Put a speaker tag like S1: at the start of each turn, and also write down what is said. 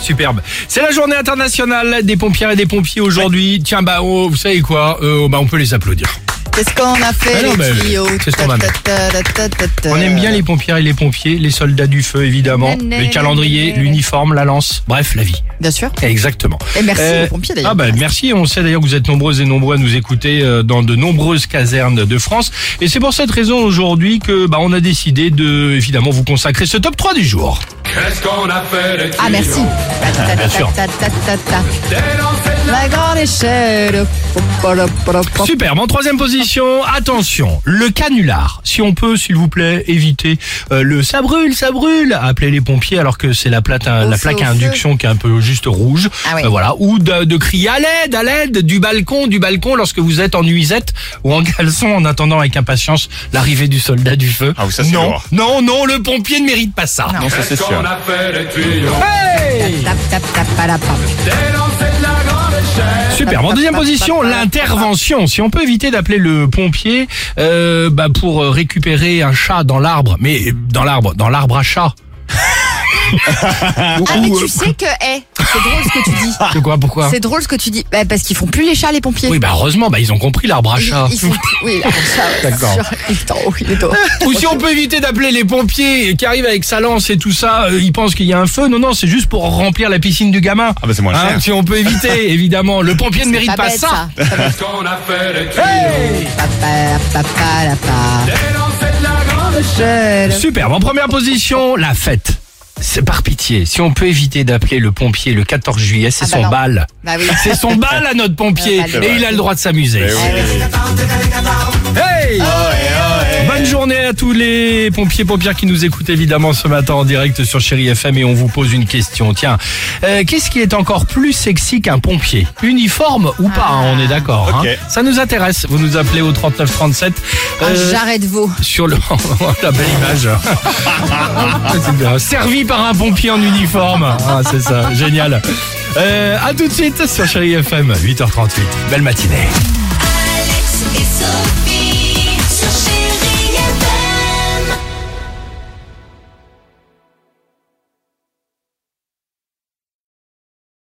S1: Superbe. C'est la journée internationale des pompiers et des pompiers aujourd'hui. Tiens, bah, oh, vous savez quoi Euh, bah, On peut les applaudir.
S2: Qu'est-ce qu'on a fait
S1: Ah non,
S2: les
S1: mais
S2: tuyaux
S1: c'est ce qu'on a mis.
S2: Euh.
S1: On aime bien les pompières et les pompiers, les soldats du feu évidemment, le calendrier, l'uniforme, la lance, bref, la vie.
S2: Bien sûr.
S1: Exactement.
S2: Et merci
S1: Euh,
S2: aux pompiers d'ailleurs.
S1: Ah bah merci, on sait d'ailleurs que vous êtes nombreuses et nombreux à nous écouter euh, dans de nombreuses casernes de France et c'est pour cette raison aujourd'hui que bah on a décidé de évidemment vous consacrer ce top 3 du jour.
S3: Qu'est-ce qu'on a fait les
S2: Ah merci.
S1: Bien sûr.
S2: Ta, ta, ta, ta, ta.
S3: sûr.
S2: La grande échelle.
S1: Superbe, en troisième position, attention, le canular. Si on peut, s'il vous plaît, éviter euh, le ça brûle, ça brûle, appeler les pompiers alors que c'est la, plate à-
S2: Au
S1: la
S2: feu,
S1: plaque
S2: au
S1: à
S2: feu.
S1: induction qui est un peu juste rouge. Euh,
S2: Ah oui.
S1: voilà, ou de, de crier à l'aide, à l'aide, du balcon, du balcon lorsque vous êtes en nuisette ou en caleçon en attendant avec impatience l'arrivée du soldat du feu.
S4: Ah oui, ça, c'est
S1: non,
S4: lourd.
S1: non, non, le pompier ne mérite pas ça.
S4: Non, ça c'est
S3: Qu'est-ce
S4: sûr.
S3: qu'on a fait les tuyaux
S1: Hey
S2: Tap, tap, tap, pa, la, pa.
S3: Des lancers de la grande échelle
S1: Super. En deuxième position, l'intervention. Si on peut éviter d'appeler le pompier euh, bah, pour euh, récupérer un chat dans l'arbre, mais euh, dans l'arbre, dans l'arbre à chat.
S2: Ah mais
S1: euh,
S2: tu sais que eh, c'est drôle ce que tu dis.
S1: De quoi Pourquoi
S2: Ah. C'est drôle ce que tu dis. Bah, parce qu'ils font plus les chats les pompiers.
S1: Ah. Oui, bah heureusement, bah ils ont compris l'arbre à
S2: Ils-
S1: chat.
S2: ils font- Oui, là, le chat, ouais, c'est
S1: D'accord.
S2: sûr. Il est en haut, il est en haut.
S1: Ou si on peut éviter d'appeler les pompiers qui arrivent avec sa lance et tout ça, euh, ils pensent qu'il y a un feu. Non, non, c'est juste pour remplir la piscine du gamin. Hein,
S4: Ah bah, c'est moins cher.
S1: Si on peut éviter, évidemment, le pompier ne mérite pas,
S2: bête,
S1: ça.
S3: Qu'est-ce qu'on a fait les tuyaux
S2: Pa, pa, pa, pa, la, pa.
S3: Des lancers de la grande échelle
S2: Échelle.
S1: Superbe. En première position, la fête. C'est par pitié. Si on peut éviter d'appeler le pompier le 14 juillet, c'est
S2: Ah bah
S1: son
S2: non.
S1: bal.
S2: Bah oui.
S1: C'est son bal à notre pompier
S2: Euh, bah,
S1: et il a le droit de s'amuser.
S4: Ah, Eh oui. Ah
S2: Ah, oui.
S1: Hey Bonne journée à tous les pompiers pompières qui nous écoutent évidemment ce matin en direct sur Chéri FM et on vous pose une question. Tiens, euh, qu'est-ce qui est encore plus sexy qu'un pompier Uniforme ou pas hein, On est d'accord. hein.
S4: Ok.
S1: Ça nous intéresse. Vous nous appelez au 3937
S2: Un
S1: euh,
S2: jarret de veau.
S1: sur le la belle image. C'est bien. Servi par un pompier en uniforme. Ah, c'est ça, génial. Euh, à tout de suite sur Chéri FM, 8h38. Belle matinée.
S5: Alex et Sophie.